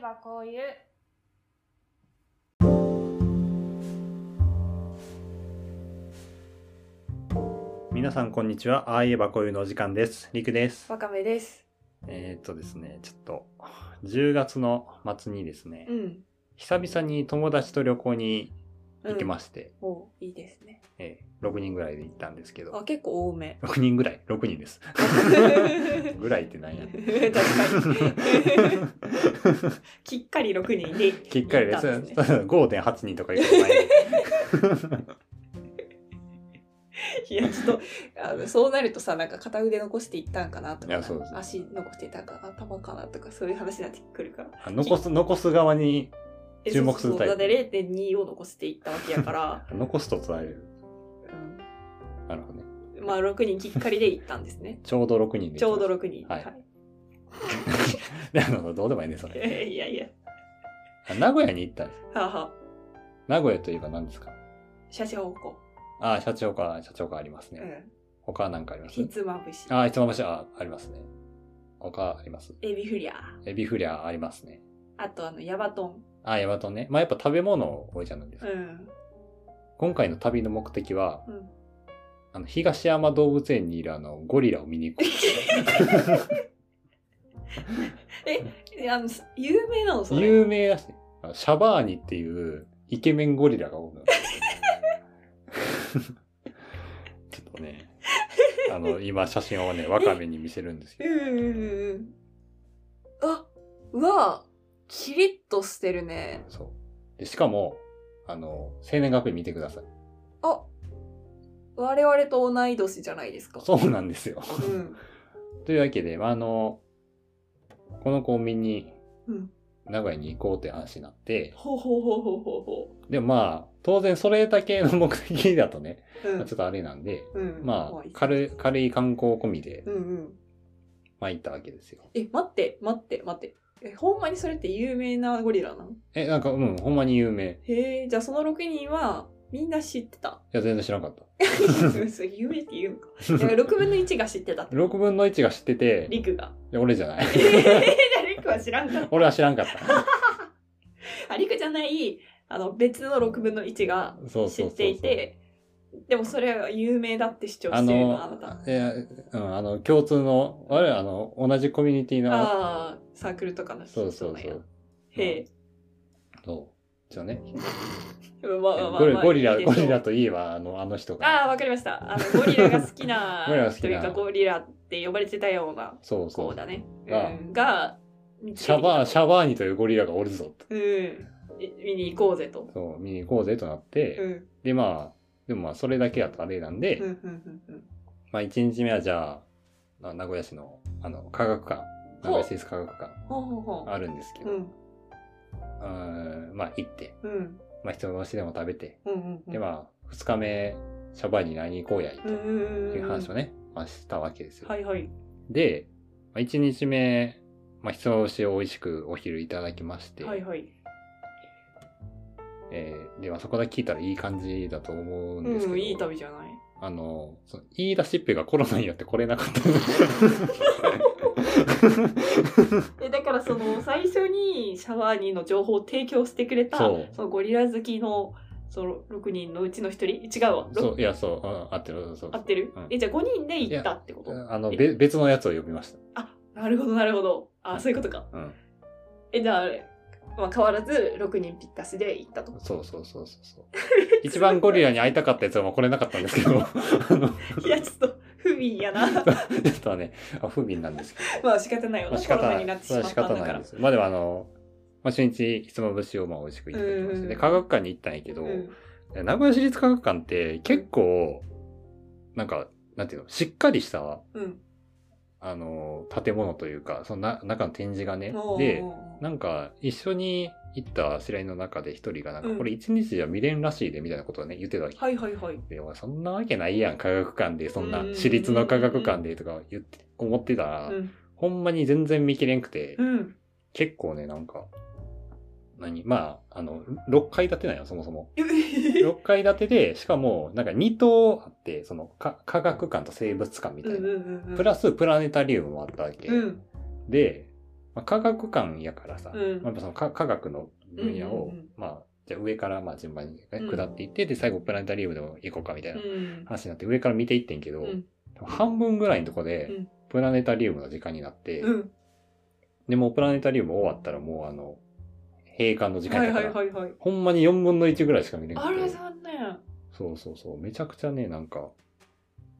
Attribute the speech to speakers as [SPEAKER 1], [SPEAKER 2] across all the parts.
[SPEAKER 1] ばこういう
[SPEAKER 2] 皆さんこんにちは。ああいえばこういうのお時間です。りくです。
[SPEAKER 3] わかめです。
[SPEAKER 2] えー、っとですね、ちょっと10月の末にですね、
[SPEAKER 3] うん。
[SPEAKER 2] 久々に友達と旅行に行きま
[SPEAKER 3] し
[SPEAKER 2] して、
[SPEAKER 3] た。おいいですね。
[SPEAKER 2] えー6人ぐらいで行ったんですけ
[SPEAKER 3] あ、
[SPEAKER 2] ど、。
[SPEAKER 3] 結構多め
[SPEAKER 2] 6人ぐら い ?6 人です。ぐらいってなんや。
[SPEAKER 3] 確かに。きっかり六人で。
[SPEAKER 2] きっかりです。
[SPEAKER 3] 行ったんね
[SPEAKER 2] 5.8人とかいうこ とないんで
[SPEAKER 3] いや、ちょっと、あの、そうなるとさ、なんか片腕残していったんかなと
[SPEAKER 2] い
[SPEAKER 3] か
[SPEAKER 2] やそうです。
[SPEAKER 3] 足残していったんかな、頭かなとか、そういう話になってくるから。
[SPEAKER 2] あ残す、残す側に
[SPEAKER 3] え
[SPEAKER 2] 注目するタイプ
[SPEAKER 3] そうそうだって0.2を残していったわけや から。
[SPEAKER 2] 残すと捉える。
[SPEAKER 3] う
[SPEAKER 2] なるほどね。。
[SPEAKER 3] ん。まあ、六人きっかりで行ったんですね
[SPEAKER 2] ちょうど6人で
[SPEAKER 3] ちょうど
[SPEAKER 2] 6
[SPEAKER 3] 六人。
[SPEAKER 2] はい人。なるほど、どうでもいいね、そ
[SPEAKER 3] い
[SPEAKER 2] れ。
[SPEAKER 3] やいやいや。
[SPEAKER 2] あ名古屋に行ったんです。
[SPEAKER 3] はあ、はあ、
[SPEAKER 2] 名古屋といえば何ですか
[SPEAKER 3] 車掌をこ
[SPEAKER 2] ああ、社長か、社長かあります
[SPEAKER 3] う。
[SPEAKER 2] ね。
[SPEAKER 3] うん。
[SPEAKER 2] 他なんかあります
[SPEAKER 3] ひつまぶし。
[SPEAKER 2] ああ、ひつまぶし、あありますね。他あります
[SPEAKER 3] エビフリア。
[SPEAKER 2] エビフリアありますね。
[SPEAKER 3] あと、あの、ヤバトン。
[SPEAKER 2] ああ、ヤバトンね。まあやっぱ食べ物多いじゃないです
[SPEAKER 3] う
[SPEAKER 2] か。
[SPEAKER 3] ん。
[SPEAKER 2] 今回の旅の目的は、
[SPEAKER 3] うん
[SPEAKER 2] あの、東山動物園にいるあの、ゴリラを見に行こ。
[SPEAKER 3] え、あの、す有名なの そうれ。
[SPEAKER 2] 有名だしい、あのシャバーニっていうイケメンゴリラがおる の。 ちょっとね、あの、今写真をね、ワカメに見せるんです
[SPEAKER 3] う
[SPEAKER 2] け
[SPEAKER 3] ん
[SPEAKER 2] ど。
[SPEAKER 3] うんうんうん。あ、うわキリッとしてるね。
[SPEAKER 2] そう。でしかも、あの、生年月日見てください。
[SPEAKER 3] あ、我々と同い年じゃないですか。
[SPEAKER 2] そうなんですよ。
[SPEAKER 3] うん。
[SPEAKER 2] というわけで、まあ、あの、このコンビニ
[SPEAKER 3] うん、
[SPEAKER 2] 名古屋に行こうって話になって、
[SPEAKER 3] ほうほうほうほうほうほ
[SPEAKER 2] でもまあ、当然それだけの目的だとね、
[SPEAKER 3] う。う
[SPEAKER 2] ま
[SPEAKER 3] ん
[SPEAKER 2] あちょっとあれなんで、
[SPEAKER 3] うん。
[SPEAKER 2] まあ
[SPEAKER 3] いい、
[SPEAKER 2] 軽い軽い観光込みで、
[SPEAKER 3] うんうん。
[SPEAKER 2] まあ行ったわけですよ。
[SPEAKER 3] え、待って、待って、待って。え、ほんまにそれって有名なゴリラなの
[SPEAKER 2] え、なんか、うん、ほんまに有名。い
[SPEAKER 3] へえ、じゃあその6人は、みんな知って た。
[SPEAKER 2] や、全然知らなかった。
[SPEAKER 3] それ有名って言うのか。だ から6分の1が知ってたって。
[SPEAKER 2] 6分の1が知ってて、い
[SPEAKER 3] リクが。
[SPEAKER 2] や俺じゃない。
[SPEAKER 3] えじゃあリクは知らんかった。
[SPEAKER 2] 俺は知らんかった。
[SPEAKER 3] ありくじゃないあの別の6分の1が
[SPEAKER 2] そうそうそう
[SPEAKER 3] 知
[SPEAKER 2] そう
[SPEAKER 3] っていてでもそれは有名だって主張
[SPEAKER 2] あ
[SPEAKER 3] してるのあな
[SPEAKER 2] の
[SPEAKER 3] た、
[SPEAKER 2] いや、うん、あの、共通の、我々、あの、同じコミュニティの、
[SPEAKER 3] ああサークルとかの人
[SPEAKER 2] そうそう
[SPEAKER 3] なん
[SPEAKER 2] そ
[SPEAKER 3] や
[SPEAKER 2] う。
[SPEAKER 3] へ
[SPEAKER 2] そう。じゃあね、
[SPEAKER 3] えまあまあまあ
[SPEAKER 2] ゴリゴリラ、
[SPEAKER 3] いいでし
[SPEAKER 2] ゴ
[SPEAKER 3] ょう
[SPEAKER 2] リラといえば、あの、あの人が。
[SPEAKER 3] ああわかりましたあのゴリラが好きな
[SPEAKER 2] ゴリラが好きな
[SPEAKER 3] というかゴリラって呼ばれてたような
[SPEAKER 2] そうそ
[SPEAKER 3] 子
[SPEAKER 2] う。
[SPEAKER 3] だね
[SPEAKER 2] が
[SPEAKER 3] うん、が
[SPEAKER 2] シャバー、シ
[SPEAKER 3] ャ
[SPEAKER 2] ャバーニというゴリラがおるぞと。
[SPEAKER 3] うんえ見に行こうぜと、
[SPEAKER 2] そう、見に行こうぜとなって、
[SPEAKER 3] うん、
[SPEAKER 2] で、まあ、でもまあ、それだけだとあれなんで、
[SPEAKER 3] うんうんうんうん
[SPEAKER 2] まあ、1日目はじゃあ、あ名古屋市の、あの、科学館、名古屋市立科学館
[SPEAKER 3] ほうほうほ
[SPEAKER 2] あるんですけ
[SPEAKER 3] う
[SPEAKER 2] ど、
[SPEAKER 3] う
[SPEAKER 2] うんーん、まあ、行って、
[SPEAKER 3] うん
[SPEAKER 2] まあ、人の足でも食べて、
[SPEAKER 3] うんうんうん
[SPEAKER 2] で、まあ、2日目、シャバーニに何行こうやい、と
[SPEAKER 3] うんうんうんうん
[SPEAKER 2] いう話をね、まあ、したわけですよ。
[SPEAKER 3] はいはい
[SPEAKER 2] で、まあ、1日目、まあ、ひつまぶしを美味しくお昼いただきまして、
[SPEAKER 3] はいはい
[SPEAKER 2] えーで、まあ、そこだけ聞いたらいい感じだと思うんですけど、
[SPEAKER 3] うん、いい旅じゃない。
[SPEAKER 2] あの、その言い出しっぺがコロナによって来れなかった。
[SPEAKER 3] えだからその最初にシャワーニーの情報を提供してくれた
[SPEAKER 2] そう
[SPEAKER 3] そのゴリラ好きのその6人のうちの1人違うわろ
[SPEAKER 2] そう、いや、そう、うん、合ってる、そうそう
[SPEAKER 3] 合ってる、
[SPEAKER 2] うん
[SPEAKER 3] えじゃあ5人で行ったってこと
[SPEAKER 2] あの、べ別のやつを呼びまし
[SPEAKER 3] あなるほどなるほどあそういうことか
[SPEAKER 2] た。うん。
[SPEAKER 3] えじゃあ、まあ、変わらず6人ぴったしで行ったと
[SPEAKER 2] そうそうそうそう そう。一番ゴリラに会いたかったやつはもう来れなかったんですけど、あの、ち
[SPEAKER 3] いやちょっと不憫やな
[SPEAKER 2] ょっとね、あ不憫なんですけど。
[SPEAKER 3] まあ仕方ないよ
[SPEAKER 2] ま
[SPEAKER 3] な
[SPEAKER 2] あ、仕
[SPEAKER 3] コロ
[SPEAKER 2] 方
[SPEAKER 3] ナ
[SPEAKER 2] な
[SPEAKER 3] になっ
[SPEAKER 2] い。
[SPEAKER 3] てし
[SPEAKER 2] それ
[SPEAKER 3] まっ
[SPEAKER 2] は仕
[SPEAKER 3] たん
[SPEAKER 2] 方
[SPEAKER 3] だ
[SPEAKER 2] な
[SPEAKER 3] か
[SPEAKER 2] い
[SPEAKER 3] ら
[SPEAKER 2] です。まあでもあの、まあ、初日、ひつまぶしをまあ美味しくいただきまし
[SPEAKER 3] う
[SPEAKER 2] て、
[SPEAKER 3] ん
[SPEAKER 2] で、科学館に行ったんやけど、
[SPEAKER 3] うん
[SPEAKER 2] 名古屋市立科学館って結構、なんか、なんていうの、しっかりした、
[SPEAKER 3] うん
[SPEAKER 2] あの、建物というか、そのな中の展示がね
[SPEAKER 3] お、う
[SPEAKER 2] で
[SPEAKER 3] お、うおう
[SPEAKER 2] なんか、一緒に行った知り合いの中で一人が、なんか、
[SPEAKER 3] うん
[SPEAKER 2] これ一日じゃ見れんらしいで、みたいなことをね、言ってたわけ。
[SPEAKER 3] はいはいはい
[SPEAKER 2] で、お前そんなわけないやん、科学館で、そんな
[SPEAKER 3] う、ん
[SPEAKER 2] 私立の科学館でとか言って、思ってたら、
[SPEAKER 3] うん
[SPEAKER 2] ほんまに全然見きれんくて、
[SPEAKER 3] うん
[SPEAKER 2] 結構ね、なんか、何まあ、あの、6階建てなんよ、そもそも。6階建てで、しかも、なんか2棟あって、その、か科学館と生物館みたいな。
[SPEAKER 3] うんうんうんうん
[SPEAKER 2] プラス、プラネタリウムもあったわけ。
[SPEAKER 3] うん
[SPEAKER 2] で、まあ、科学館やからさ、
[SPEAKER 3] うん
[SPEAKER 2] まあやっぱその科科学の分野を、
[SPEAKER 3] うんうんうん
[SPEAKER 2] まあ、じゃあ上からまあ順番に、ね、
[SPEAKER 3] うん
[SPEAKER 2] 下っていって、で、最後プラネタリウムでも行こうかみたいな
[SPEAKER 3] うん。
[SPEAKER 2] 話になって、上から見ていってんけど、
[SPEAKER 3] うん
[SPEAKER 2] 半分ぐらいのとこで、
[SPEAKER 3] うん
[SPEAKER 2] プラネタリウムの時間になって、
[SPEAKER 3] うん。
[SPEAKER 2] で、もうプラネタリウム終わったらもうあの、閉館の時間
[SPEAKER 3] は
[SPEAKER 2] だ
[SPEAKER 3] い
[SPEAKER 2] から、
[SPEAKER 3] はいはいはい。
[SPEAKER 2] ほんまに4分の1ぐらいしか見れな
[SPEAKER 3] あ
[SPEAKER 2] く
[SPEAKER 3] れ
[SPEAKER 2] て、
[SPEAKER 3] 残念。
[SPEAKER 2] そうそうそう、めちゃくちゃね、なんか、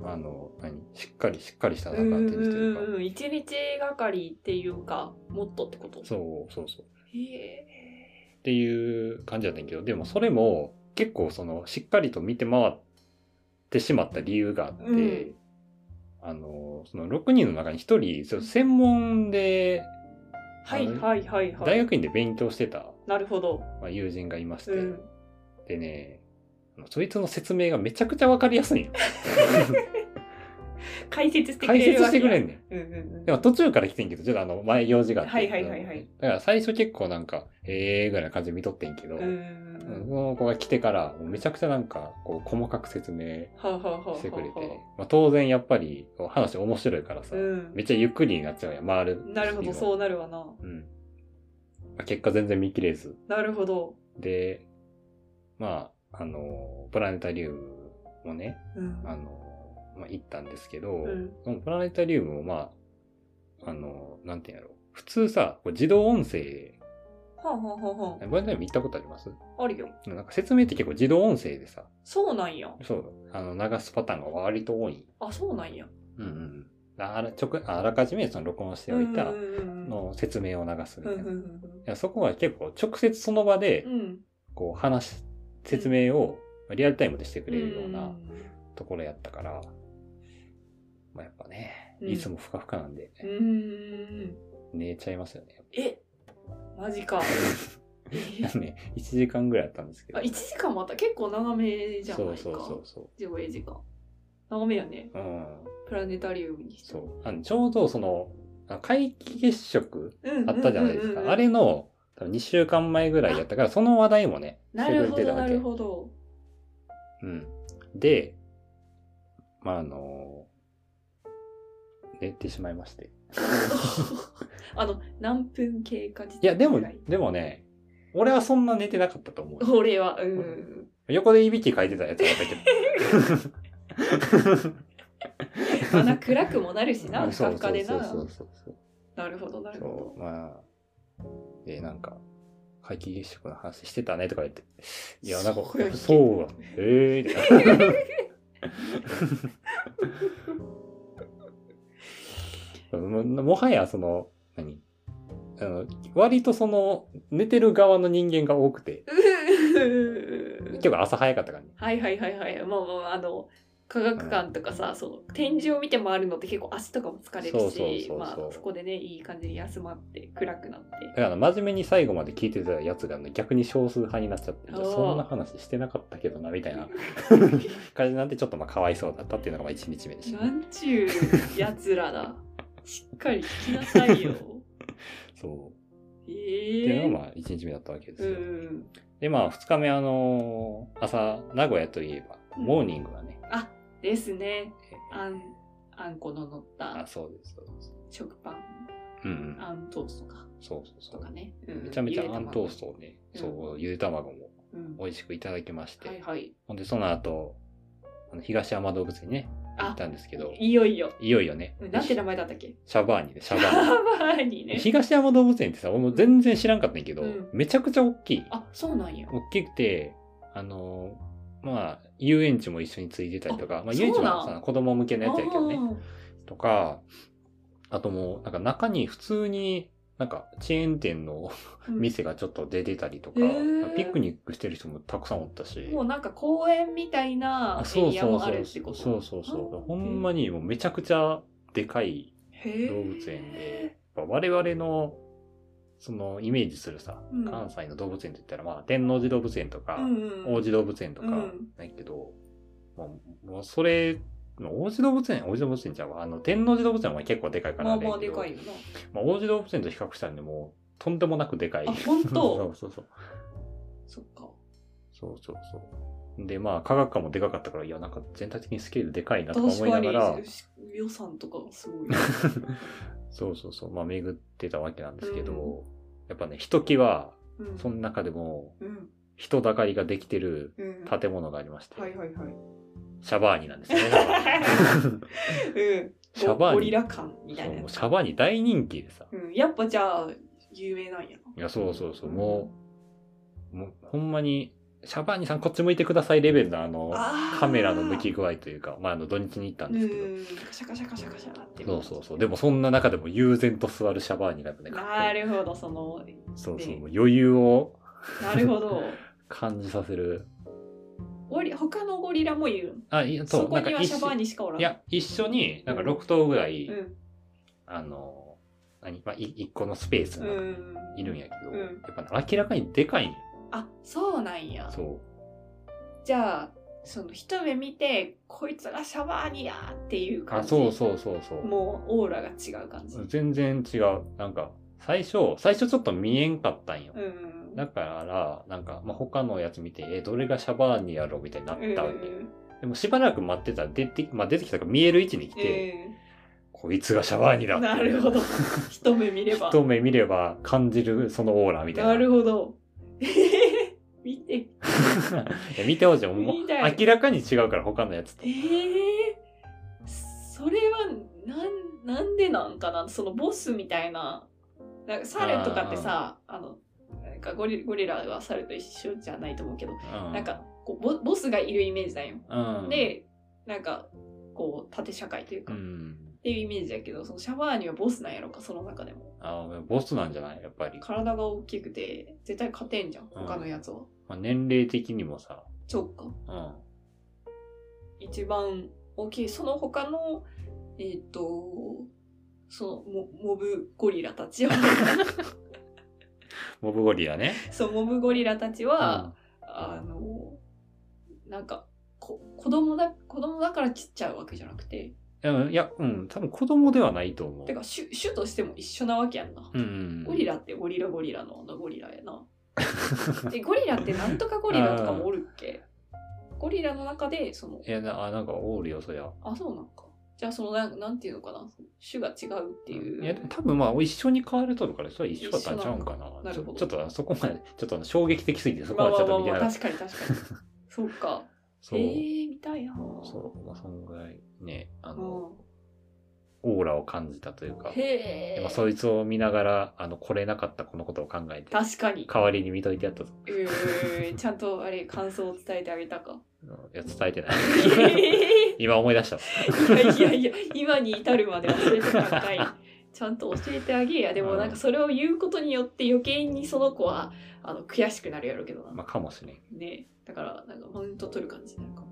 [SPEAKER 2] あの、何しっかりしっかりしたな
[SPEAKER 3] う
[SPEAKER 2] ん
[SPEAKER 3] ん
[SPEAKER 2] か
[SPEAKER 3] う
[SPEAKER 2] 展
[SPEAKER 3] ん
[SPEAKER 2] 示というか、
[SPEAKER 3] うんうん。一日がかりっていうか、もっとってこと。
[SPEAKER 2] そうそうそう。
[SPEAKER 3] へ
[SPEAKER 2] っていう感じだったんやけど、でもそれも結構その、しっかりと見て回ってしまった理由があって、
[SPEAKER 3] うん
[SPEAKER 2] あの、その6人の中に1人、その専門で
[SPEAKER 3] え。はいはいはいはい。
[SPEAKER 2] 大学院で勉強してた、
[SPEAKER 3] なるほど。
[SPEAKER 2] まあ、友人がいまして、
[SPEAKER 3] うん。
[SPEAKER 2] でね、あのそいつの説明がめちゃくちゃわかりやす いんよ
[SPEAKER 3] 解説してく
[SPEAKER 2] 解
[SPEAKER 3] れる
[SPEAKER 2] 説
[SPEAKER 3] わ
[SPEAKER 2] して
[SPEAKER 3] け
[SPEAKER 2] くれ
[SPEAKER 3] や。
[SPEAKER 2] んねん。
[SPEAKER 3] うんうん
[SPEAKER 2] でも途中から来てんけど、ちょっとあの、前用事があって。
[SPEAKER 3] はいはいはいはい
[SPEAKER 2] だから最初結構なんか、ええー、ぐらいな感じで見とってんけど、
[SPEAKER 3] うん。うん
[SPEAKER 2] そ
[SPEAKER 3] うんうん。
[SPEAKER 2] の子が来てから、もうめちゃくちゃなんか、こう、細かく説明
[SPEAKER 3] はあはあはあはあはあ
[SPEAKER 2] してくれて、まあ、当然やっぱり、こう話面白いからさ、
[SPEAKER 3] うん
[SPEAKER 2] め。っちゃゆっくりになっちゃうやん、回る。
[SPEAKER 3] なるほど、そうなるわな。
[SPEAKER 2] う。うん。まあ結果全然見切れず。
[SPEAKER 3] なるほど。
[SPEAKER 2] で、まあ、あの、プラネタリウムもね、
[SPEAKER 3] うん。
[SPEAKER 2] あの、まあ、行ったんですけど、
[SPEAKER 3] うん
[SPEAKER 2] そのプラネタリウムもまあ、あの、なんていうんやろう。普通さ、こう自動音声、
[SPEAKER 3] はあはあはあは
[SPEAKER 2] プラネタリウム行ったことあります
[SPEAKER 3] あ。あるよ。
[SPEAKER 2] なんか説明って結構自動音声でさ、
[SPEAKER 3] そうなんや。
[SPEAKER 2] そう、あの、流すパターンが割と多い。
[SPEAKER 3] あ、そうなんや。
[SPEAKER 2] うんうんうん。あら直ああらかじめその録音しておいた
[SPEAKER 3] うんうんうん
[SPEAKER 2] の説明を流すみ
[SPEAKER 3] うん
[SPEAKER 2] たいな。
[SPEAKER 3] うんう
[SPEAKER 2] い
[SPEAKER 3] ん
[SPEAKER 2] やそこは結構直接その場で
[SPEAKER 3] う、ん。
[SPEAKER 2] こう話す、説明をリアルタイムでしてくれるような、
[SPEAKER 3] ん
[SPEAKER 2] ところやったから、まあやっぱね、
[SPEAKER 3] うん
[SPEAKER 2] いつもふかふかなんで、
[SPEAKER 3] うんうん。
[SPEAKER 2] 寝ちゃいますよね。
[SPEAKER 3] えマジ か。え
[SPEAKER 2] ね、1時 間ぐらいやったんですけど。
[SPEAKER 3] あ、1時間また結構長めじゃないか。
[SPEAKER 2] そうそうそうそ
[SPEAKER 3] 上映時間。長めやね。
[SPEAKER 2] う。うん。
[SPEAKER 3] プラネタリウムにして
[SPEAKER 2] そ
[SPEAKER 3] も。
[SPEAKER 2] う。あのちょうどその、あ皆既月食
[SPEAKER 3] うんうんうんうんうん。
[SPEAKER 2] あったじゃないですか。あれの、多分2週間前ぐらいやったから、その話題もね、
[SPEAKER 3] なる
[SPEAKER 2] し
[SPEAKER 3] ほ
[SPEAKER 2] てくれ
[SPEAKER 3] ど、
[SPEAKER 2] てた
[SPEAKER 3] な
[SPEAKER 2] わけ
[SPEAKER 3] るほど。
[SPEAKER 2] うん。で、まああの、寝てしまいまして。
[SPEAKER 3] あの、何分経過時
[SPEAKER 2] いや、でも
[SPEAKER 3] ぐらい、
[SPEAKER 2] でもね、俺はそんな寝てなかったと思う。
[SPEAKER 3] 俺は、うん。
[SPEAKER 2] 横でいびきかいてたやつが書いて
[SPEAKER 3] まあな、暗くもな るしな、
[SPEAKER 2] る
[SPEAKER 3] ふかふかでな。
[SPEAKER 2] そうそうそう
[SPEAKER 3] なるほど、な
[SPEAKER 2] そう
[SPEAKER 3] る
[SPEAKER 2] そ
[SPEAKER 3] ほ
[SPEAKER 2] うまあでなんか皆既月食の話してたねとか言 っていやなんか
[SPEAKER 3] そうやっけ
[SPEAKER 2] そうだええー、み たいなももはやその何あの割とその寝てる側の人間が多くて
[SPEAKER 3] ど。うん
[SPEAKER 2] 結構朝早かったからね
[SPEAKER 3] はいはいはいはい。まあまあまあ、あの、科学館とかさ、その展示を見て回るのって結構足とかも疲れ
[SPEAKER 2] そう
[SPEAKER 3] る
[SPEAKER 2] そうそう
[SPEAKER 3] し
[SPEAKER 2] そ、う
[SPEAKER 3] まあそこでね、いい感じに休まって、暗くなって。
[SPEAKER 2] だから真面目に最後まで聞いてたやつが、ね、逆に少数派になっちゃって、いや
[SPEAKER 3] おー
[SPEAKER 2] そんな話してなかったけどな、みた いな感じになって、ちょっとまあかわいそうだったっていうのがまあ1日目でした
[SPEAKER 3] な
[SPEAKER 2] ね。
[SPEAKER 3] んちゅうやつら だ。しっかり聞きなさいよ。
[SPEAKER 2] そう。
[SPEAKER 3] え
[SPEAKER 2] っていう
[SPEAKER 3] え
[SPEAKER 2] のがまあ1日目だったわけです
[SPEAKER 3] う
[SPEAKER 2] よ。
[SPEAKER 3] ん。
[SPEAKER 2] で、まあ2日目、あのー朝、名古屋といえば、
[SPEAKER 3] うん
[SPEAKER 2] モーニングがね、
[SPEAKER 3] あ、ですね。
[SPEAKER 2] えー
[SPEAKER 3] あん、あんこの乗っ
[SPEAKER 2] あ、
[SPEAKER 3] た
[SPEAKER 2] そうです、そうです。
[SPEAKER 3] 食パン、
[SPEAKER 2] うん、うん。
[SPEAKER 3] あんトーストか。
[SPEAKER 2] そうそうそ
[SPEAKER 3] と
[SPEAKER 2] う
[SPEAKER 3] か。ね。うん
[SPEAKER 2] めちゃめちゃアントース。ト
[SPEAKER 3] ゆ
[SPEAKER 2] をね、
[SPEAKER 3] うん
[SPEAKER 2] そう、ゆで卵も
[SPEAKER 3] で卵うん
[SPEAKER 2] 美味しくいただきまして、
[SPEAKER 3] はいはい。
[SPEAKER 2] ほんで、その後、あの東山動物にね、行
[SPEAKER 3] あ
[SPEAKER 2] った、んですけど、
[SPEAKER 3] いよいよ。
[SPEAKER 2] いよいよね、
[SPEAKER 3] なんて名前だったっけ
[SPEAKER 2] シャバーニで、シャバーニ。
[SPEAKER 3] バーにね。
[SPEAKER 2] 東山動物園ってさ、俺も全然知らんかったんやけど、
[SPEAKER 3] うん
[SPEAKER 2] めちゃくちゃ大きい。
[SPEAKER 3] あ、そうなんや。
[SPEAKER 2] 大きくて、あのーまあ、遊園地も一緒についてたりとか、まあ、遊園地
[SPEAKER 3] そう
[SPEAKER 2] も
[SPEAKER 3] なん
[SPEAKER 2] さ子供向けのやつやけどね
[SPEAKER 3] あ、ー
[SPEAKER 2] とか、あともう、なんか中に普通に、なんかチェーン 店の
[SPEAKER 3] うん
[SPEAKER 2] 店がちょっと出てたりとか、
[SPEAKER 3] へー
[SPEAKER 2] ピクニックしてる人もたくさんおったし、
[SPEAKER 3] もうなんか公園みたいな
[SPEAKER 2] あ
[SPEAKER 3] エ
[SPEAKER 2] そう
[SPEAKER 3] リア
[SPEAKER 2] そう
[SPEAKER 3] も
[SPEAKER 2] そ
[SPEAKER 3] あ
[SPEAKER 2] う
[SPEAKER 3] るってこと
[SPEAKER 2] そうそうそう
[SPEAKER 3] あー
[SPEAKER 2] ほんまにもうめちゃくちゃでかい
[SPEAKER 3] へー
[SPEAKER 2] 動物園で、やっぱ我々のそのイメージするさ、
[SPEAKER 3] うん
[SPEAKER 2] 関西の動物園って言ったら、まあ、天王寺動物園とか、
[SPEAKER 3] うんうんうん
[SPEAKER 2] 王子動物園とか
[SPEAKER 3] うん
[SPEAKER 2] ないけど、まあ、もうそれ王子動物園王子動物園ちゃうわあの天王寺動物園は結構でかいから
[SPEAKER 3] まあ
[SPEAKER 2] れ
[SPEAKER 3] ま
[SPEAKER 2] や
[SPEAKER 3] あ
[SPEAKER 2] け
[SPEAKER 3] で
[SPEAKER 2] ど
[SPEAKER 3] かいよな。
[SPEAKER 2] まあ、王子動物園と比較したらねもうとんでもなくでかい
[SPEAKER 3] あほんと
[SPEAKER 2] そうそうそう
[SPEAKER 3] そっか。
[SPEAKER 2] そうそうそうでまあ科学館もでかかったからいやなんか全体的にスケールでかいなとか思
[SPEAKER 3] 確
[SPEAKER 2] い
[SPEAKER 3] か
[SPEAKER 2] ながら
[SPEAKER 3] に、し予算とかが すごい。
[SPEAKER 2] そうそうそう。まあ、巡ってたわけなんですけど、
[SPEAKER 3] う
[SPEAKER 2] やっぱね、ひときわ、
[SPEAKER 3] うん
[SPEAKER 2] その中でも
[SPEAKER 3] うん。
[SPEAKER 2] 人だかりができてる
[SPEAKER 3] うん。
[SPEAKER 2] 建物がありまして、
[SPEAKER 3] はいはいはい。
[SPEAKER 2] シャバーニな んですよね。
[SPEAKER 3] うん。
[SPEAKER 2] シャバー
[SPEAKER 3] ゴ
[SPEAKER 2] ニ
[SPEAKER 3] リ。ラ感みたい
[SPEAKER 2] そう
[SPEAKER 3] なや
[SPEAKER 2] もう
[SPEAKER 3] つ
[SPEAKER 2] シャバーニ大人気でさ。
[SPEAKER 3] うん。やっぱじゃあ、有名なんやな。
[SPEAKER 2] いや、そうそうそう。もう、もうほんまに、シャバーニさんこっち向いてくださいレベルのあの、
[SPEAKER 3] あー
[SPEAKER 2] カメラの向き具合というか、まあ、あの、土日に行ったん
[SPEAKER 3] う
[SPEAKER 2] ですけど、
[SPEAKER 3] ん。カシャカシャカシャカシャなってる
[SPEAKER 2] そうそうそう。でもそんな中でも悠然と座るシャバーニがやっぱね、かっこいい
[SPEAKER 3] なるほど、その、
[SPEAKER 2] そうそう
[SPEAKER 3] ね。
[SPEAKER 2] もう余裕を
[SPEAKER 3] なるほど。
[SPEAKER 2] 感じさせる。
[SPEAKER 3] ゴリ他のゴリラもいるん
[SPEAKER 2] あ、いや、
[SPEAKER 3] そ
[SPEAKER 2] そう、
[SPEAKER 3] こ
[SPEAKER 2] なんか
[SPEAKER 3] には
[SPEAKER 2] 一
[SPEAKER 3] シャバー
[SPEAKER 2] 緒
[SPEAKER 3] ニしかおらん。
[SPEAKER 2] いや、一緒に、なんか
[SPEAKER 3] うん
[SPEAKER 2] 6頭ぐらい、
[SPEAKER 3] うん。
[SPEAKER 2] あの、何まあ、い一個のスペース
[SPEAKER 3] う
[SPEAKER 2] の中に
[SPEAKER 3] ん。
[SPEAKER 2] いるんやけど、
[SPEAKER 3] うん
[SPEAKER 2] やっぱね、明らかにでかいんよ
[SPEAKER 3] あ、そうなんや。
[SPEAKER 2] そう。
[SPEAKER 3] じゃあ、その一目見て、こいつがシャバーニやーっていう感
[SPEAKER 2] あ、
[SPEAKER 3] じ。
[SPEAKER 2] そうそうそうそう。
[SPEAKER 3] もうオーラが違う感じ。
[SPEAKER 2] 全然違う。なんか、最初、最初ちょっと見えんかったんよ。
[SPEAKER 3] うん。
[SPEAKER 2] だから、なんか、まあ、他のやつ見て、え、どれがシャバーニやろみたいになっ
[SPEAKER 3] うん
[SPEAKER 2] たわけ。でもしばらく待ってたら出て、まあ、出てきたから見える位置に来て、こいつがシャバーニ
[SPEAKER 3] う
[SPEAKER 2] だっ
[SPEAKER 3] ん
[SPEAKER 2] て
[SPEAKER 3] なるほ ど。一目見れば。
[SPEAKER 2] 一目見れば感じるそのオーラみたいな。
[SPEAKER 3] なるほど。見て。
[SPEAKER 2] いや見てほしい。もう
[SPEAKER 3] 見たい
[SPEAKER 2] 明らかに違うから他のやつと
[SPEAKER 3] え。えそれはなん、なんでなんかなそのボスみたいな。なんかサルとかってさ、あの、なんかゴリゴリラはサルと一緒じゃないと思うけど、
[SPEAKER 2] な
[SPEAKER 3] なんか、こうボボスがいるイメージだよ。
[SPEAKER 2] うん、
[SPEAKER 3] で、なんか、こう、縦社会という
[SPEAKER 2] う
[SPEAKER 3] か、っ
[SPEAKER 2] ん。
[SPEAKER 3] ていうイメージだけど、そのシャバーニはボスなんやろか、その中でも。
[SPEAKER 2] あボスなんじゃないやっぱり。
[SPEAKER 3] 体が大きくて、絶対勝てんじゃん、他のやつは。
[SPEAKER 2] まあ、年齢的にもさ、
[SPEAKER 3] そっか。
[SPEAKER 2] うん。
[SPEAKER 3] 一番大きい、その他の、えっ、と、そのモモブゴリラたち は、
[SPEAKER 2] モブゴリラね。
[SPEAKER 3] そう、モブゴリラたちは、あの、なんか、こ子供だ、子供だからちっちゃいわけじゃなくて、
[SPEAKER 2] うん、いやいや、うん、多分子供ではないと思う。
[SPEAKER 3] てか種、種としても一緒なわけやんな。
[SPEAKER 2] うんうん。
[SPEAKER 3] ゴリラってゴリラゴリラのあのゴリラや な。え、ゴリラってなんとかゴリラとかもおるっけゴリラの中で、その、
[SPEAKER 2] いや、なあなんかオールよ、そりゃ。
[SPEAKER 3] あ、そうなんか。じゃあ、その、なんなんていうのかな、その種が違うっていう。
[SPEAKER 2] いや、でも多分まあ、一緒に買われとるから、それは一緒だったんちゃうんかな。
[SPEAKER 3] なるほど
[SPEAKER 2] ちょちょっと、そこまで、ちょっと衝撃的すぎて、そこ
[SPEAKER 3] まあ
[SPEAKER 2] は
[SPEAKER 3] ま
[SPEAKER 2] ちょ
[SPEAKER 3] あ
[SPEAKER 2] っ
[SPEAKER 3] まあ
[SPEAKER 2] と見て
[SPEAKER 3] ま
[SPEAKER 2] な
[SPEAKER 3] あ、
[SPEAKER 2] かった。
[SPEAKER 3] 確かに確かに。そうか。
[SPEAKER 2] そ
[SPEAKER 3] え
[SPEAKER 2] う。
[SPEAKER 3] ー、見たいなぁ
[SPEAKER 2] そう、まあ、そんぐらいね、あの、
[SPEAKER 3] う
[SPEAKER 2] オーラを感じたというか
[SPEAKER 3] ん。、へ
[SPEAKER 2] ま
[SPEAKER 3] え。
[SPEAKER 2] あ、そいつを見ながら、あの、来れなかったこのことを考えて、
[SPEAKER 3] 確かに。
[SPEAKER 2] 代わりに見といてやったと。
[SPEAKER 3] えー、ちゃんとあれ、感想を伝えてあげた か。
[SPEAKER 2] いや、伝えてない。
[SPEAKER 3] えー
[SPEAKER 2] 今思い出した。
[SPEAKER 3] いやいやいや、今に至るまで忘れてたんかい。ちゃんと教えてあげや。でもなんかそれを言うことによって余計にその子はあの悔しくなるやろうけどな。
[SPEAKER 2] まあ、かもしれん。
[SPEAKER 3] ね。だからなんかマウント取る感じになるかも。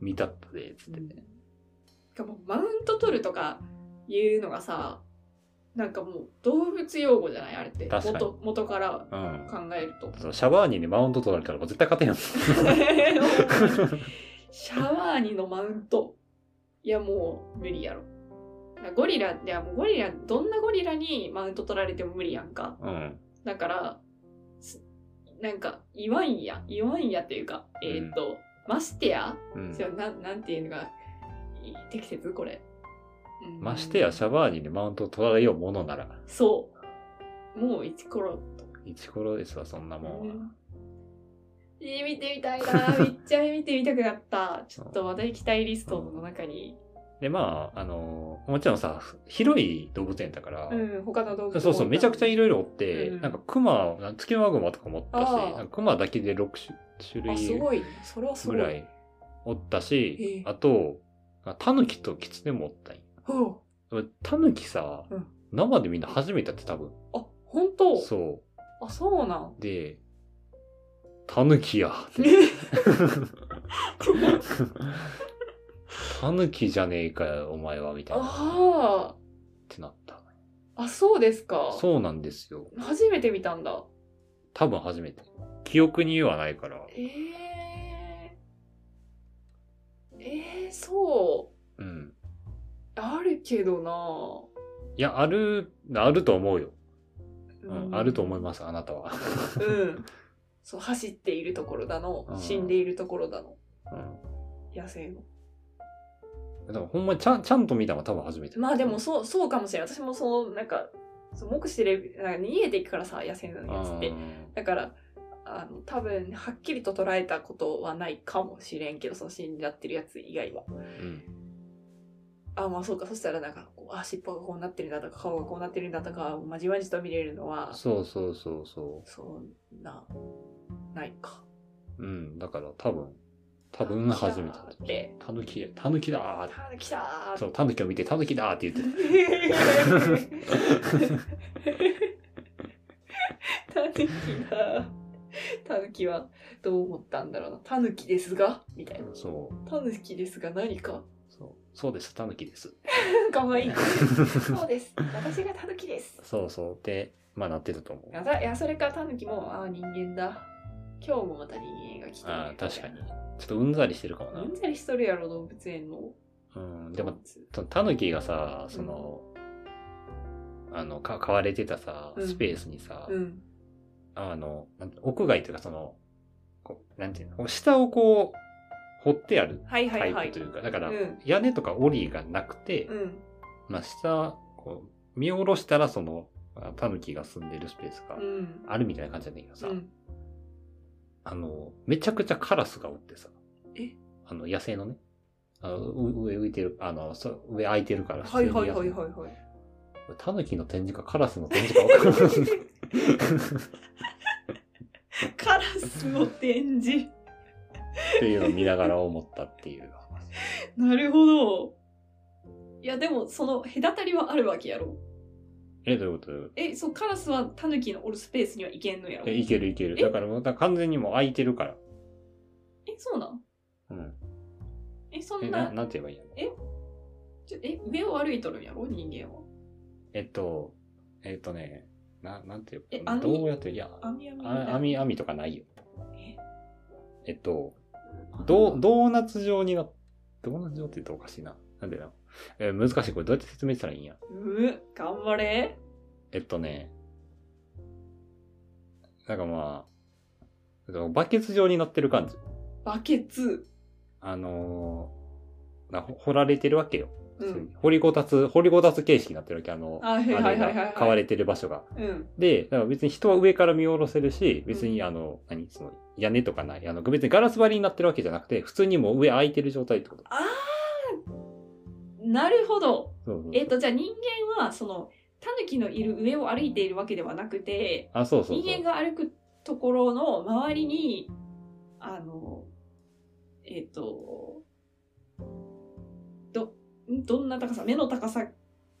[SPEAKER 2] 見たったで、つって。
[SPEAKER 3] しかもマウント取るとかいうのがさ、なんかもう動物用語じゃないあれって。
[SPEAKER 2] 確かに
[SPEAKER 3] 元元から
[SPEAKER 2] うん。
[SPEAKER 3] 考える と。
[SPEAKER 2] そうシャバーニにマウント取られたらもう絶対勝てんやん。
[SPEAKER 3] シャワーニのマウント。いや、もう無理やろ。ゴリラって、いやもうゴリラ、どんなゴリラにマウント取られても無理やんか。
[SPEAKER 2] うん。
[SPEAKER 3] だから、すなんか、言わんや、言わんやっていうか、えーっ、と、ましてや、
[SPEAKER 2] うん
[SPEAKER 3] じゃあなん、なんていうのが、い適切これ。うん
[SPEAKER 2] ましてや、シャバーニにマウントを取られようものなら、
[SPEAKER 3] そう。もう一コロ
[SPEAKER 2] イチコロですわ、そん なもんは。
[SPEAKER 3] えー見てみたいな。めっちゃ見てみたくな った。ちょっとまた行きたいリストの中に。
[SPEAKER 2] で、まあ、あの、もちろんさ、広い動物園だから、
[SPEAKER 3] うん、他の動物も
[SPEAKER 2] そうそう、めちゃくちゃいろいろおって、
[SPEAKER 3] うん
[SPEAKER 2] なんかクマ、なんツキノワグマとかもおったし、
[SPEAKER 3] ああ
[SPEAKER 2] なんかクマだけで6種
[SPEAKER 3] あ、す
[SPEAKER 2] 類
[SPEAKER 3] ごい。それはすご
[SPEAKER 2] ぐ
[SPEAKER 3] い。
[SPEAKER 2] らいおったし
[SPEAKER 3] へえ、
[SPEAKER 2] あと、タヌキとキツネもおったんよ
[SPEAKER 3] ほ
[SPEAKER 2] でもタヌキさ、
[SPEAKER 3] うん
[SPEAKER 2] 生でみんな初めてやって多分。
[SPEAKER 3] うあ、本当
[SPEAKER 2] そ
[SPEAKER 3] あ、そうなん
[SPEAKER 2] う。。で、タヌキや。タヌキじゃねえかよ、お前は、みたいな。っ
[SPEAKER 3] あ
[SPEAKER 2] てなった。
[SPEAKER 3] あ、あ、そうですか。
[SPEAKER 2] そうなんですよ。
[SPEAKER 3] 初めて見たんだ。
[SPEAKER 2] 多分初めて。記憶にはないから。
[SPEAKER 3] ええー。えー、そう。
[SPEAKER 2] うん。
[SPEAKER 3] あるけどない
[SPEAKER 2] や、ある、あると思うよ。うん、あると
[SPEAKER 3] う。
[SPEAKER 2] 思います、あなたは。
[SPEAKER 3] うん。そう、走っているところだの
[SPEAKER 2] う、ん
[SPEAKER 3] 死んでいるところだの、
[SPEAKER 2] うん
[SPEAKER 3] 野生の。
[SPEAKER 2] だからほんまにちゃんちゃんと見たのは多分初めて。
[SPEAKER 3] まあでもそう、そうかもしれない。私もそう、なんか、そう目視でレビュー、なんか逃げていくからさ、野生のやつって。だから、あの、多分、はっきりと捉えたことはないかもしれんけど、その死んじゃってるやつ以外は。
[SPEAKER 2] あーうん
[SPEAKER 3] あ、まあそうか。そしたらなんか、こうあ、尻尾がこうなってるんだとか、顔がこうなってるんだとか、まじまじと見れるのは、
[SPEAKER 2] そうそうそうそ
[SPEAKER 3] そんな、ないか。
[SPEAKER 2] う。うん。だから多分、多分初めて
[SPEAKER 3] あ来たーって。
[SPEAKER 2] たぬき、たぬきだー
[SPEAKER 3] たぬきたー
[SPEAKER 2] そう、たぬきを見てたぬきだーって言って
[SPEAKER 3] たぬきだ。たぬきはどう思ったんだろうな。たぬきですがみたいな。
[SPEAKER 2] た。そう。
[SPEAKER 3] たぬきですが何か。
[SPEAKER 2] そうそうです、たぬきです。
[SPEAKER 3] かわいい。そうです。私がたぬきです。
[SPEAKER 2] そうそう。で、まあなってたと思う。
[SPEAKER 3] いや、それからたぬきも、ああ、人間だ。今日もまた人間が来て
[SPEAKER 2] ああ、確かに。。ちょっとうんざりしてるかも
[SPEAKER 3] うんざりしとるやろ、動物園の。
[SPEAKER 2] な。うん。でも、たぬきがさ、その、あの、か、買われてたさ、
[SPEAKER 3] うん
[SPEAKER 2] スペースにさ、
[SPEAKER 3] うん。
[SPEAKER 2] あの、なんて屋外というかその、こう、なんていうの、こう下をこう、掘ってある
[SPEAKER 3] はいは
[SPEAKER 2] タ
[SPEAKER 3] いは
[SPEAKER 2] イ
[SPEAKER 3] い
[SPEAKER 2] プとい。うか、だから、
[SPEAKER 3] うん
[SPEAKER 2] 屋根とか檻がなくて、
[SPEAKER 3] うん。
[SPEAKER 2] まあ下、こう、見下ろしたらその、タヌキが住んでるスペースが
[SPEAKER 3] うん。
[SPEAKER 2] あるみたいな感じなんだけどさ、
[SPEAKER 3] うん
[SPEAKER 2] あの、めちゃくちゃカラスがおってさ、
[SPEAKER 3] え
[SPEAKER 2] あの、野生のね、あのう上浮いてる、あの、そ上空いてるから、
[SPEAKER 3] はいはいはいはい
[SPEAKER 2] い。
[SPEAKER 3] はい。
[SPEAKER 2] タヌ キの展示かカラスの展示かわからん
[SPEAKER 3] カラスの展示。
[SPEAKER 2] っていうのを見ながら思ったっていう話。
[SPEAKER 3] なるほど。いや、でも、その隔たりはあるわけやろ。
[SPEAKER 2] え、どういうことどういうこ
[SPEAKER 3] え、そう、カラスはタヌキのおるスペースには行けんのやろ。
[SPEAKER 2] とえ、いけるいける。
[SPEAKER 3] え
[SPEAKER 2] だからもうだから完全にもう空いてるから。
[SPEAKER 3] えそうなん
[SPEAKER 2] うん。
[SPEAKER 3] え、そ
[SPEAKER 2] え、
[SPEAKER 3] ん
[SPEAKER 2] な
[SPEAKER 3] な、
[SPEAKER 2] なんて言えばいいの
[SPEAKER 3] ちょえ、上を歩いとるんやろ、人間は。
[SPEAKER 2] えっと、えっとね、な、なんて言
[SPEAKER 3] え
[SPEAKER 2] う
[SPEAKER 3] 網
[SPEAKER 2] どうやって、いや、
[SPEAKER 3] 網網みたい
[SPEAKER 2] あ
[SPEAKER 3] な
[SPEAKER 2] 網、網とかないよ。
[SPEAKER 3] え
[SPEAKER 2] えっと、ドードーナツ状にな、ドーナツ状って言うとおかしいな。なんでだろう。えー難しい。これどうやって説明したらいいんや。
[SPEAKER 3] うう、頑張れ。
[SPEAKER 2] えっとね、なんかまあ、なんかバケツ状になってる感じ。
[SPEAKER 3] バケツ。
[SPEAKER 2] あのーなほ掘られてるわけよ。
[SPEAKER 3] うん
[SPEAKER 2] そういう掘りごたつ、掘りごたつ形式になってるわけ。あの、
[SPEAKER 3] あはいはいはいはいはい
[SPEAKER 2] あれが買われてる場所が。
[SPEAKER 3] うん。
[SPEAKER 2] で、だから別に人は上から見下ろせるし、別にあの、何その、屋根とかない。あの、別にガラス張りになってるわけじゃなくて、普通にもう上空いてる状態ってこと。
[SPEAKER 3] あー、なるほど。
[SPEAKER 2] そうそうそう
[SPEAKER 3] えっと、じゃあ人間は、その、タヌキのいる上を歩いているわけではなくて、
[SPEAKER 2] あ、そうそうそう。
[SPEAKER 3] 人間が歩くところの周りにあのえっ、とどんどんな高さ目の高さ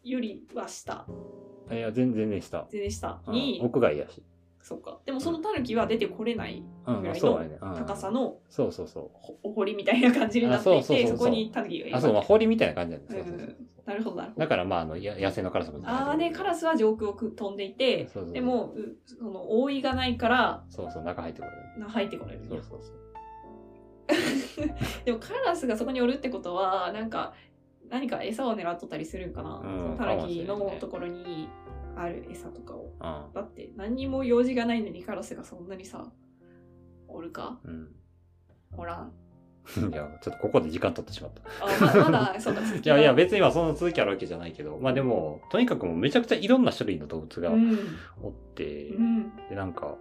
[SPEAKER 3] よりは下
[SPEAKER 2] いや、全全然した。
[SPEAKER 3] 全然下
[SPEAKER 2] うん
[SPEAKER 3] に、
[SPEAKER 2] 屋外やし。
[SPEAKER 3] そうかでもそのタヌキは出てこれない
[SPEAKER 2] うん、
[SPEAKER 3] 外
[SPEAKER 2] そうやね。うん
[SPEAKER 3] 高さの
[SPEAKER 2] そうそうそう。
[SPEAKER 3] ほお堀みたいな感じになってい
[SPEAKER 2] あそうそうそう
[SPEAKER 3] て
[SPEAKER 2] そう
[SPEAKER 3] そこにタヌキがいる
[SPEAKER 2] あ、そう、まあ、
[SPEAKER 3] わけ
[SPEAKER 2] 堀みたいな感じなんです
[SPEAKER 3] うんなるほどなるほ
[SPEAKER 2] だ
[SPEAKER 3] ど
[SPEAKER 2] から、まあ、あの、や野生のカラスも。
[SPEAKER 3] ああねカラスは上空をく飛んでいて
[SPEAKER 2] そうそう
[SPEAKER 3] でもうその覆いがないから
[SPEAKER 2] そうそう、中入ってくる。
[SPEAKER 3] な入ってこれる
[SPEAKER 2] そうそうそう。
[SPEAKER 3] でもカラスがそこにおるってことはなんか何か餌を狙っとったりするんかな、
[SPEAKER 2] うん
[SPEAKER 3] そのタヌキ
[SPEAKER 2] かもしれん
[SPEAKER 3] の
[SPEAKER 2] ね
[SPEAKER 3] ところにある餌とかを
[SPEAKER 2] あ
[SPEAKER 3] だって何にも用事がないのにカラスがそんなにさおるか
[SPEAKER 2] うん。
[SPEAKER 3] おらん
[SPEAKER 2] いや、ちょっとここで時間取ってしまった。 い
[SPEAKER 3] あままだそうだ続きが
[SPEAKER 2] やいや、別に今その続きあるわけじゃないけど、まあでも、とにかくもうめちゃくちゃいろんな種類の動物が
[SPEAKER 3] うん、
[SPEAKER 2] おって、
[SPEAKER 3] うん、
[SPEAKER 2] で、なんか、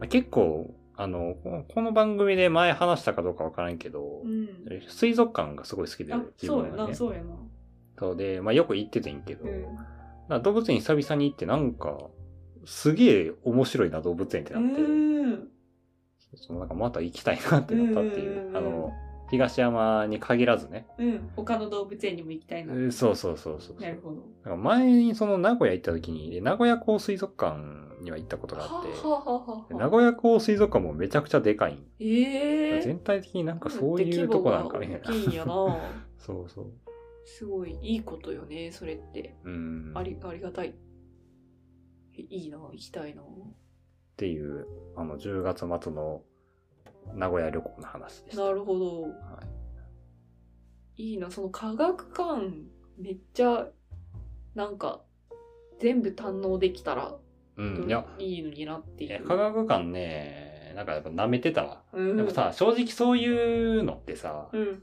[SPEAKER 2] まあ結構、あの、ここの番組で前話したかどうかわからんけど、
[SPEAKER 3] うん
[SPEAKER 2] 水族館がすごい好きで
[SPEAKER 3] あ、そうや
[SPEAKER 2] が
[SPEAKER 3] なそうやな
[SPEAKER 2] そうで、まあよく行っててんけど、
[SPEAKER 3] うん
[SPEAKER 2] なんか動物園久々に行ってなんか、すげえ面白いな動物園ってなって、
[SPEAKER 3] うん
[SPEAKER 2] そのなんかまた行きたいなってなったっていうう、
[SPEAKER 3] ん
[SPEAKER 2] あの、東山に限らずね。
[SPEAKER 3] うん他の動物園にも行きたいな、
[SPEAKER 2] えーそうそうそうそう。
[SPEAKER 3] なるほど
[SPEAKER 2] なんか前にその名古屋行った時に、で名古屋港水族館には行ったことがあって、
[SPEAKER 3] はははは
[SPEAKER 2] で名古屋港水族館もめちゃくちゃでかいん。
[SPEAKER 3] ええー、
[SPEAKER 2] 全体的になんかそういうとこなんかみ
[SPEAKER 3] み
[SPEAKER 2] たい
[SPEAKER 3] た
[SPEAKER 2] な。
[SPEAKER 3] いやな
[SPEAKER 2] そうそう。
[SPEAKER 3] すごいいいことよね、それって。
[SPEAKER 2] うん。
[SPEAKER 3] あ
[SPEAKER 2] っ
[SPEAKER 3] りありがたい。えいいな、行きたいな。
[SPEAKER 2] ていう、あの、10月末の名古屋旅行の話でした。
[SPEAKER 3] なるほど。
[SPEAKER 2] はい
[SPEAKER 3] いな、その科学館、めっちゃ、なんか、全部堪能できたら、
[SPEAKER 2] い。うん。いや、
[SPEAKER 3] いいのになってい
[SPEAKER 2] え
[SPEAKER 3] う。
[SPEAKER 2] 科学館ね、なんかやっぱ舐めてたわ。
[SPEAKER 3] うん、
[SPEAKER 2] でもさ、正直そういうのってさ、
[SPEAKER 3] うん、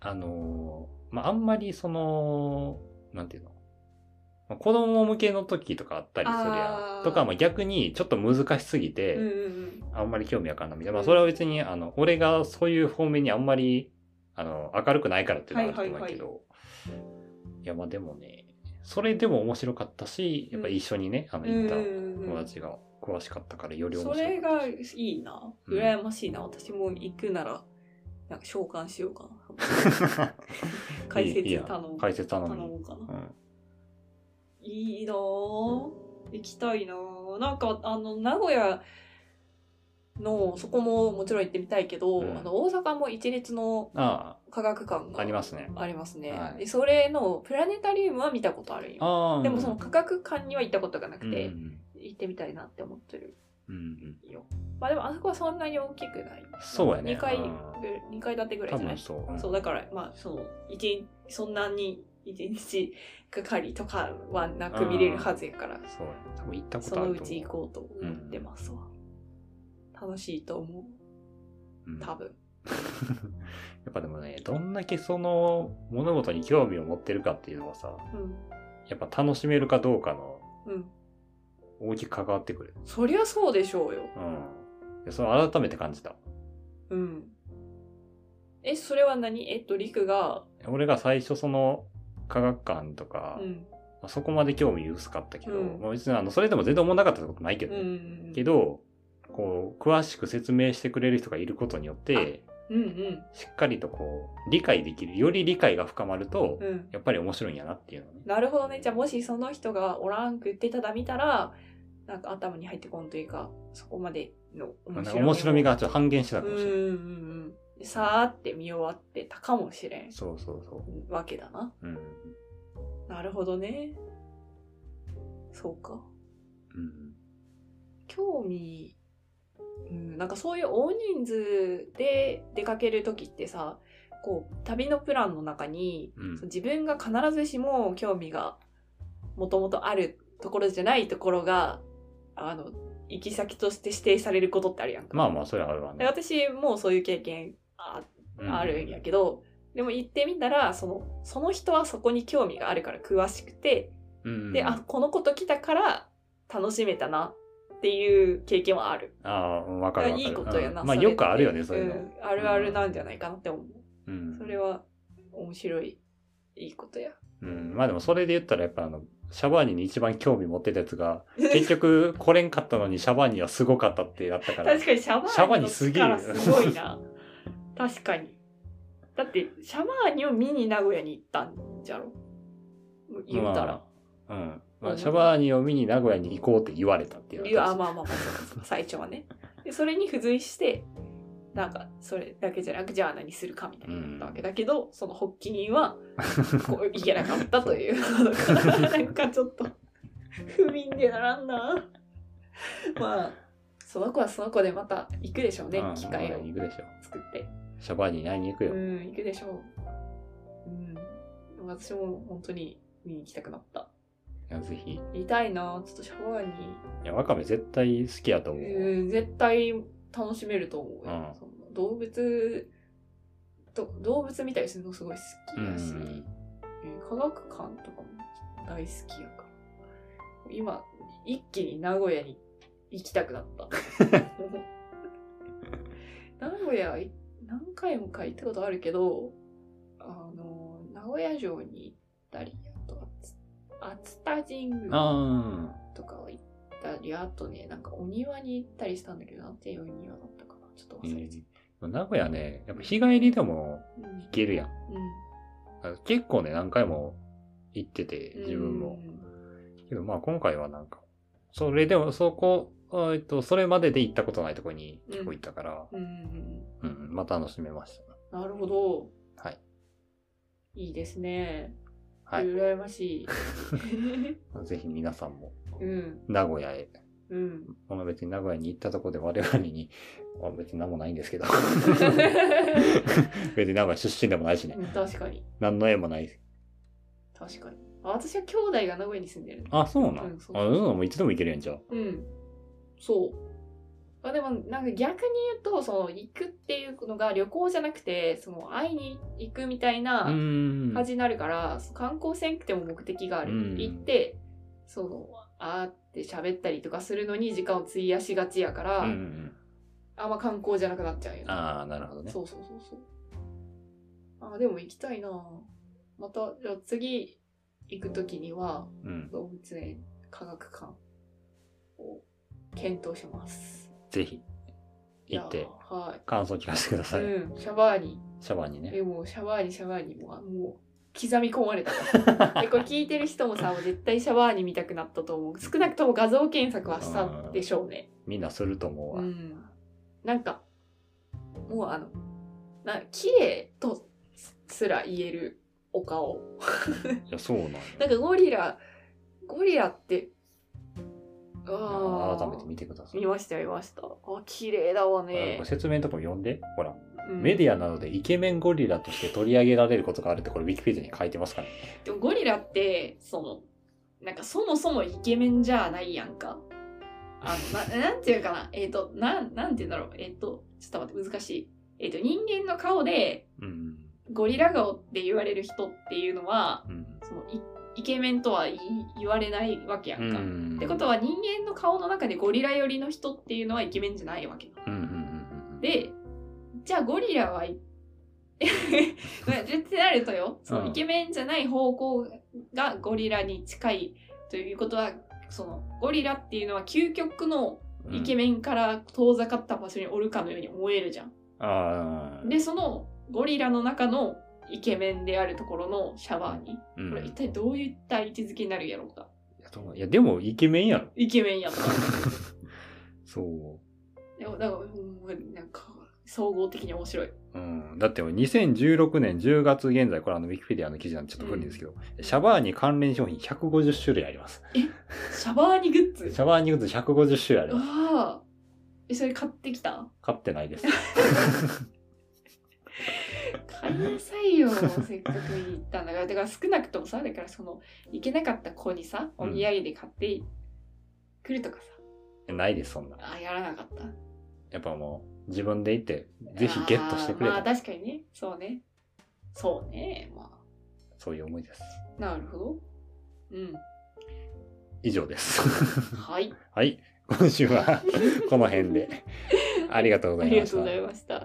[SPEAKER 2] あのーまあ、あんまりその、なんていうの、まあ子供向けの時とかあったりする
[SPEAKER 3] あ
[SPEAKER 2] や
[SPEAKER 3] ー
[SPEAKER 2] ん。とか、まあ、逆にちょっと難しすぎて、
[SPEAKER 3] うんうん
[SPEAKER 2] あんまり興味わかんないみたいな。まあ、それは別に、あの、俺がそういう方面にあんまり、あの、明るくないからっていうのはあると思うけど、いや、まあでもね、それでも面白かったし、やっぱ一緒にね、あの、
[SPEAKER 3] うんうん
[SPEAKER 2] 行った
[SPEAKER 3] うん
[SPEAKER 2] 友達が詳しかったから、より面
[SPEAKER 3] そ
[SPEAKER 2] 白かったし
[SPEAKER 3] れがいいな
[SPEAKER 2] うん
[SPEAKER 3] 羨ましいな、私も行くならなんか召喚しようかな 解
[SPEAKER 2] いいいいや
[SPEAKER 3] 説頼む
[SPEAKER 2] 解説頼
[SPEAKER 3] 頼
[SPEAKER 2] む。
[SPEAKER 3] もうかな
[SPEAKER 2] うん
[SPEAKER 3] いいなぁ。行きたいなぁ。なんか、あの、名古屋の、そこももちろん行ってみたいけど、
[SPEAKER 2] うん
[SPEAKER 3] あの大阪も一律の
[SPEAKER 2] あ
[SPEAKER 3] 科学館
[SPEAKER 2] あ、あり
[SPEAKER 3] が
[SPEAKER 2] ますね。
[SPEAKER 3] ありますね。
[SPEAKER 2] はい
[SPEAKER 3] でそれのプラネタリウムは見たことあるよ。
[SPEAKER 2] ああ。
[SPEAKER 3] でもその科学館には行ったことがな
[SPEAKER 2] う
[SPEAKER 3] く
[SPEAKER 2] ん、
[SPEAKER 3] て、
[SPEAKER 2] うん
[SPEAKER 3] 行ってみたいなって思ってる
[SPEAKER 2] うんうん。
[SPEAKER 3] よ。まあでもあそこはそんなに大きくない。
[SPEAKER 2] そうやね。
[SPEAKER 3] 2階
[SPEAKER 2] うん、
[SPEAKER 3] ぐ二階建てぐら
[SPEAKER 2] 多
[SPEAKER 3] いじゃない
[SPEAKER 2] 分そう。うん
[SPEAKER 3] そうだからまあその一日そんなに一日がかりとかはなく見れるはずやから
[SPEAKER 2] そうやね多分行ったこ
[SPEAKER 3] そ
[SPEAKER 2] とあ
[SPEAKER 3] の
[SPEAKER 2] る
[SPEAKER 3] う
[SPEAKER 2] と思う。
[SPEAKER 3] ち行こうと思ってますわ、楽しいと思う
[SPEAKER 2] うん
[SPEAKER 3] 多分
[SPEAKER 2] やっぱでもね、どんだけその物事に興味を持ってるかっていうのはさ、やっぱ楽しめるかどうかの
[SPEAKER 3] うんうん
[SPEAKER 2] 大きく関わってくる。
[SPEAKER 3] そりゃそうでしょうよ
[SPEAKER 2] うん。でそれ改めて感じた。
[SPEAKER 3] うんえそれは何えっとりくが
[SPEAKER 2] 俺が最初その科学館とか、
[SPEAKER 3] うん
[SPEAKER 2] まあそこまで興味薄かったけど、
[SPEAKER 3] うん
[SPEAKER 2] まあ別にあのそれでも全然思わなかったことないけ
[SPEAKER 3] う
[SPEAKER 2] どね、
[SPEAKER 3] ん
[SPEAKER 2] けど、こう、詳しく説明してくれる人がいることによって、
[SPEAKER 3] うんうん
[SPEAKER 2] しっかりとこう、理解できる、より理解が深まると、
[SPEAKER 3] うん
[SPEAKER 2] やっぱり面白いんやなっていうのね。
[SPEAKER 3] なるほどねじゃあもしその人がおらんくってただ見たらなんか頭に入ってこんというかそこまでの
[SPEAKER 2] ま
[SPEAKER 3] 面
[SPEAKER 2] あなん
[SPEAKER 3] 白
[SPEAKER 2] か
[SPEAKER 3] みを
[SPEAKER 2] 面白みがちょっと半減してた
[SPEAKER 3] う
[SPEAKER 2] か
[SPEAKER 3] ん
[SPEAKER 2] も
[SPEAKER 3] う
[SPEAKER 2] しれ
[SPEAKER 3] ん
[SPEAKER 2] ない。
[SPEAKER 3] うんうんさーって見終わってたかもしれん
[SPEAKER 2] そうそうそう。
[SPEAKER 3] わけだな
[SPEAKER 2] うん。
[SPEAKER 3] なるほどねそうか
[SPEAKER 2] うん。
[SPEAKER 3] 興味、うん、なんかそういう大人数で出かける時ってさこう旅のプランの中に
[SPEAKER 2] うん。
[SPEAKER 3] 自分が必ずしも興味がもともとあるところじゃないところがあの行き先として指定されることってあるやんか。
[SPEAKER 2] まあまあ、それはあるわ
[SPEAKER 3] で
[SPEAKER 2] ね。
[SPEAKER 3] 私もそういう経験あ
[SPEAKER 2] うん
[SPEAKER 3] あるんやけど、でも行ってみたらそのその人はそこに興味があるから詳しくて、
[SPEAKER 2] うん。
[SPEAKER 3] であこの子と来たから楽しめたなっていう経験はある
[SPEAKER 2] ああ、わかるわかる。
[SPEAKER 3] いいことやな、
[SPEAKER 2] うんまあ、
[SPEAKER 3] それっ
[SPEAKER 2] よ
[SPEAKER 3] て
[SPEAKER 2] くあるよね、そういうの。
[SPEAKER 3] んあるあるなんじゃないかなって思う、
[SPEAKER 2] うん。
[SPEAKER 3] それは面白いいいことや
[SPEAKER 2] うん。まあでも、それで言ったら、やっぱあの、シャバーニに一番興味持ってたやつが、結局、来れんかったのにシャバーニはすごかったってなったから。
[SPEAKER 3] 確かにシャバ
[SPEAKER 2] シャ
[SPEAKER 3] ー
[SPEAKER 2] バー
[SPEAKER 3] ニの
[SPEAKER 2] ニすげえ
[SPEAKER 3] 力すごいな確かにだってシャバーニを見に名古屋に行ったんじゃろ言うたら、
[SPEAKER 2] まあうん。まあ、シャバーニを見に名古屋に行こうって言われたっていう
[SPEAKER 3] いや、あまあまあまあ、そうそう最初はね。でそれに付随して、なんか、それだけじゃなく、じゃあ何するかみたいになったわけだけど、その発起人 は、こう、いけなかったというのが、 なんかちょっと、不憫でならんな。まあ、その子はその子でまた行くでしょうね
[SPEAKER 2] うん、
[SPEAKER 3] 機会
[SPEAKER 2] 名古屋
[SPEAKER 3] を
[SPEAKER 2] に行くでしょ。
[SPEAKER 3] 作って。
[SPEAKER 2] シャバーニに会いに行く
[SPEAKER 3] う
[SPEAKER 2] よ。
[SPEAKER 3] ん、行くでしょう。うん。私も本当に見に行きたくなった。
[SPEAKER 2] いやぜひ。
[SPEAKER 3] 見たいな、ちょっとシャワーに
[SPEAKER 2] いや、ワカメ絶対好きやと思う。
[SPEAKER 3] うん、絶対楽しめると思うよ、
[SPEAKER 2] うん
[SPEAKER 3] その動物と動物見たりするのすごい好きだし、
[SPEAKER 2] うん
[SPEAKER 3] えー科学館とかも大好きやから今一気に名古屋に行きたくなった 名古屋はい何回もか行ったことあるけどあの名古屋城に行ったりあとあつ熱田神宮
[SPEAKER 2] あ
[SPEAKER 3] とかは行ったり、あとね、なんかお庭に行ったりしたんだけど、なんていうお庭だったかな。ちょっと
[SPEAKER 2] あ。
[SPEAKER 3] 忘れちゃっ
[SPEAKER 2] うん名古屋ね、やっぱ日帰りでも
[SPEAKER 3] た。うん。
[SPEAKER 2] 行けるやん。結構ね、何回も行ってて、
[SPEAKER 3] うん
[SPEAKER 2] 自分も。。けどまあ今回はなんか、それでもそこ、えっと、それまでで行ったことないとこに結構行ったから、
[SPEAKER 3] うんうんうん。
[SPEAKER 2] うん、まあ楽しめましたね。
[SPEAKER 3] なるほど。
[SPEAKER 2] はい。
[SPEAKER 3] いいですね。
[SPEAKER 2] はい。
[SPEAKER 3] 羨まし い。
[SPEAKER 2] ぜひ皆さんも
[SPEAKER 3] うん。
[SPEAKER 2] 名古屋へ。
[SPEAKER 3] うん。
[SPEAKER 2] まあ別に名古屋に行ったとこで我々に、 まあ別に何もないんで すけど。別に名古屋出身でもないしね。
[SPEAKER 3] 確かに。
[SPEAKER 2] 何の縁もない。
[SPEAKER 3] 確かに。あ私は兄弟が名古屋に住んでるの。
[SPEAKER 2] あ、そうなん。
[SPEAKER 3] うんそうそう
[SPEAKER 2] あ、そうなん。もういつでも行けるやんじゃあ。
[SPEAKER 3] うん。そまあ、でもなんか逆に言うとその行くっていうのが旅行じゃなくてその会いに行くみたいな
[SPEAKER 2] うん
[SPEAKER 3] 感じになるから、観光せんくても目的がある、
[SPEAKER 2] うん
[SPEAKER 3] 行ってそのあーって喋ったりとかするのに時間を費やしがちやから、
[SPEAKER 2] うんうん
[SPEAKER 3] あんま観光じゃなくなっちゃうよね
[SPEAKER 2] ああなるほどね
[SPEAKER 3] そうそうそうそうあーでも行きたいなまたじゃあ次行く時には
[SPEAKER 2] うん
[SPEAKER 3] 動物園科学館を検討します
[SPEAKER 2] ぜひ行っ
[SPEAKER 3] い
[SPEAKER 2] て
[SPEAKER 3] やーはい
[SPEAKER 2] 感想聞かせてください、
[SPEAKER 3] うん、シャバーニ。
[SPEAKER 2] シャバーにね
[SPEAKER 3] え、もうシャバーニ、シャバーニ、もうあ、もう刻み込まれ たから。で、これ聞いてる人もさ、もう絶対シャバーニ見たくなったと思う。少なくとも画像検索はしたでしょうね。
[SPEAKER 2] みんなすると思う
[SPEAKER 3] う
[SPEAKER 2] わ、
[SPEAKER 3] ん。なんか、もうあの、な綺麗とすら言えるお顔。
[SPEAKER 2] いやそうなんよ
[SPEAKER 3] なんかゴリラ、ゴリラって、
[SPEAKER 2] あ
[SPEAKER 3] あ
[SPEAKER 2] ー
[SPEAKER 3] あ
[SPEAKER 2] 改めて見てください
[SPEAKER 3] 見ました、見ました。あ、綺麗だわ
[SPEAKER 2] あ
[SPEAKER 3] ね
[SPEAKER 2] の。説明のとこ読んでほら、
[SPEAKER 3] うん
[SPEAKER 2] メディアなどでイケメンゴリラとして取り上げられることがあるってこれウィキペディアに書いてますからね
[SPEAKER 3] でもゴリラってそのなんかそもそもイケメンじゃないやんかあのななんていうかなえっ、となんなんて言うんだろうえっ、とちょっと待って難しいえっ、と人間の顔で
[SPEAKER 2] うん
[SPEAKER 3] ゴリラ顔って言われる人っていうのは
[SPEAKER 2] うん
[SPEAKER 3] そのイイケメンとはい言われないわけやんか、
[SPEAKER 2] うん
[SPEAKER 3] ってことは人間の顔の中でゴリラ寄りの人っていうのはイケメンじゃないわけ
[SPEAKER 2] うんうんうんうん
[SPEAKER 3] でじゃあゴリラはい まあってなるとよその
[SPEAKER 2] うん
[SPEAKER 3] イケメンじゃない方向がゴリラに近いということはそのゴリラっていうのは究極のイケ
[SPEAKER 2] ン、
[SPEAKER 3] メンから遠ざかった場所におるかのように思えるじゃん。
[SPEAKER 2] ああ
[SPEAKER 3] でそのゴリラの中のイケメンであるところのシャワーに
[SPEAKER 2] うん
[SPEAKER 3] これ一体どういった位置づけになるんやろうか
[SPEAKER 2] いやどういやでもイケメンやろ
[SPEAKER 3] イケメンやった
[SPEAKER 2] そ
[SPEAKER 3] でもだからほんまになんか総合的に面白い。
[SPEAKER 2] う、うん、だって2016年10月現在これあのウィキペディアの記事なんでちょっと古いんですけど、シャバーニ関連商品150種類あります
[SPEAKER 3] シャバーニグッズ
[SPEAKER 2] シャバーニグッズ150種類あります
[SPEAKER 3] ああ。え、それ買ってきた
[SPEAKER 2] 買ってないです
[SPEAKER 3] 買いなさ いよ、せっかく行ったんだから。だから少なくともさ、だからその、行けなかった子にさ、お土産で買ってくるとかさ、
[SPEAKER 2] ないですそんな
[SPEAKER 3] ああ、やらなかった。
[SPEAKER 2] やっぱもう自分で行ってぜひゲットしてくれ
[SPEAKER 3] ああ
[SPEAKER 2] と、
[SPEAKER 3] まあ確かにね、そうね。そうね、ま
[SPEAKER 2] そういう思いです
[SPEAKER 3] あ。なるほど。うん。
[SPEAKER 2] 以上です
[SPEAKER 3] はい。
[SPEAKER 2] はい今週はこの辺でありがとうご
[SPEAKER 3] あ
[SPEAKER 2] ざい
[SPEAKER 3] りが
[SPEAKER 2] まし
[SPEAKER 3] とう
[SPEAKER 2] た
[SPEAKER 3] ございました。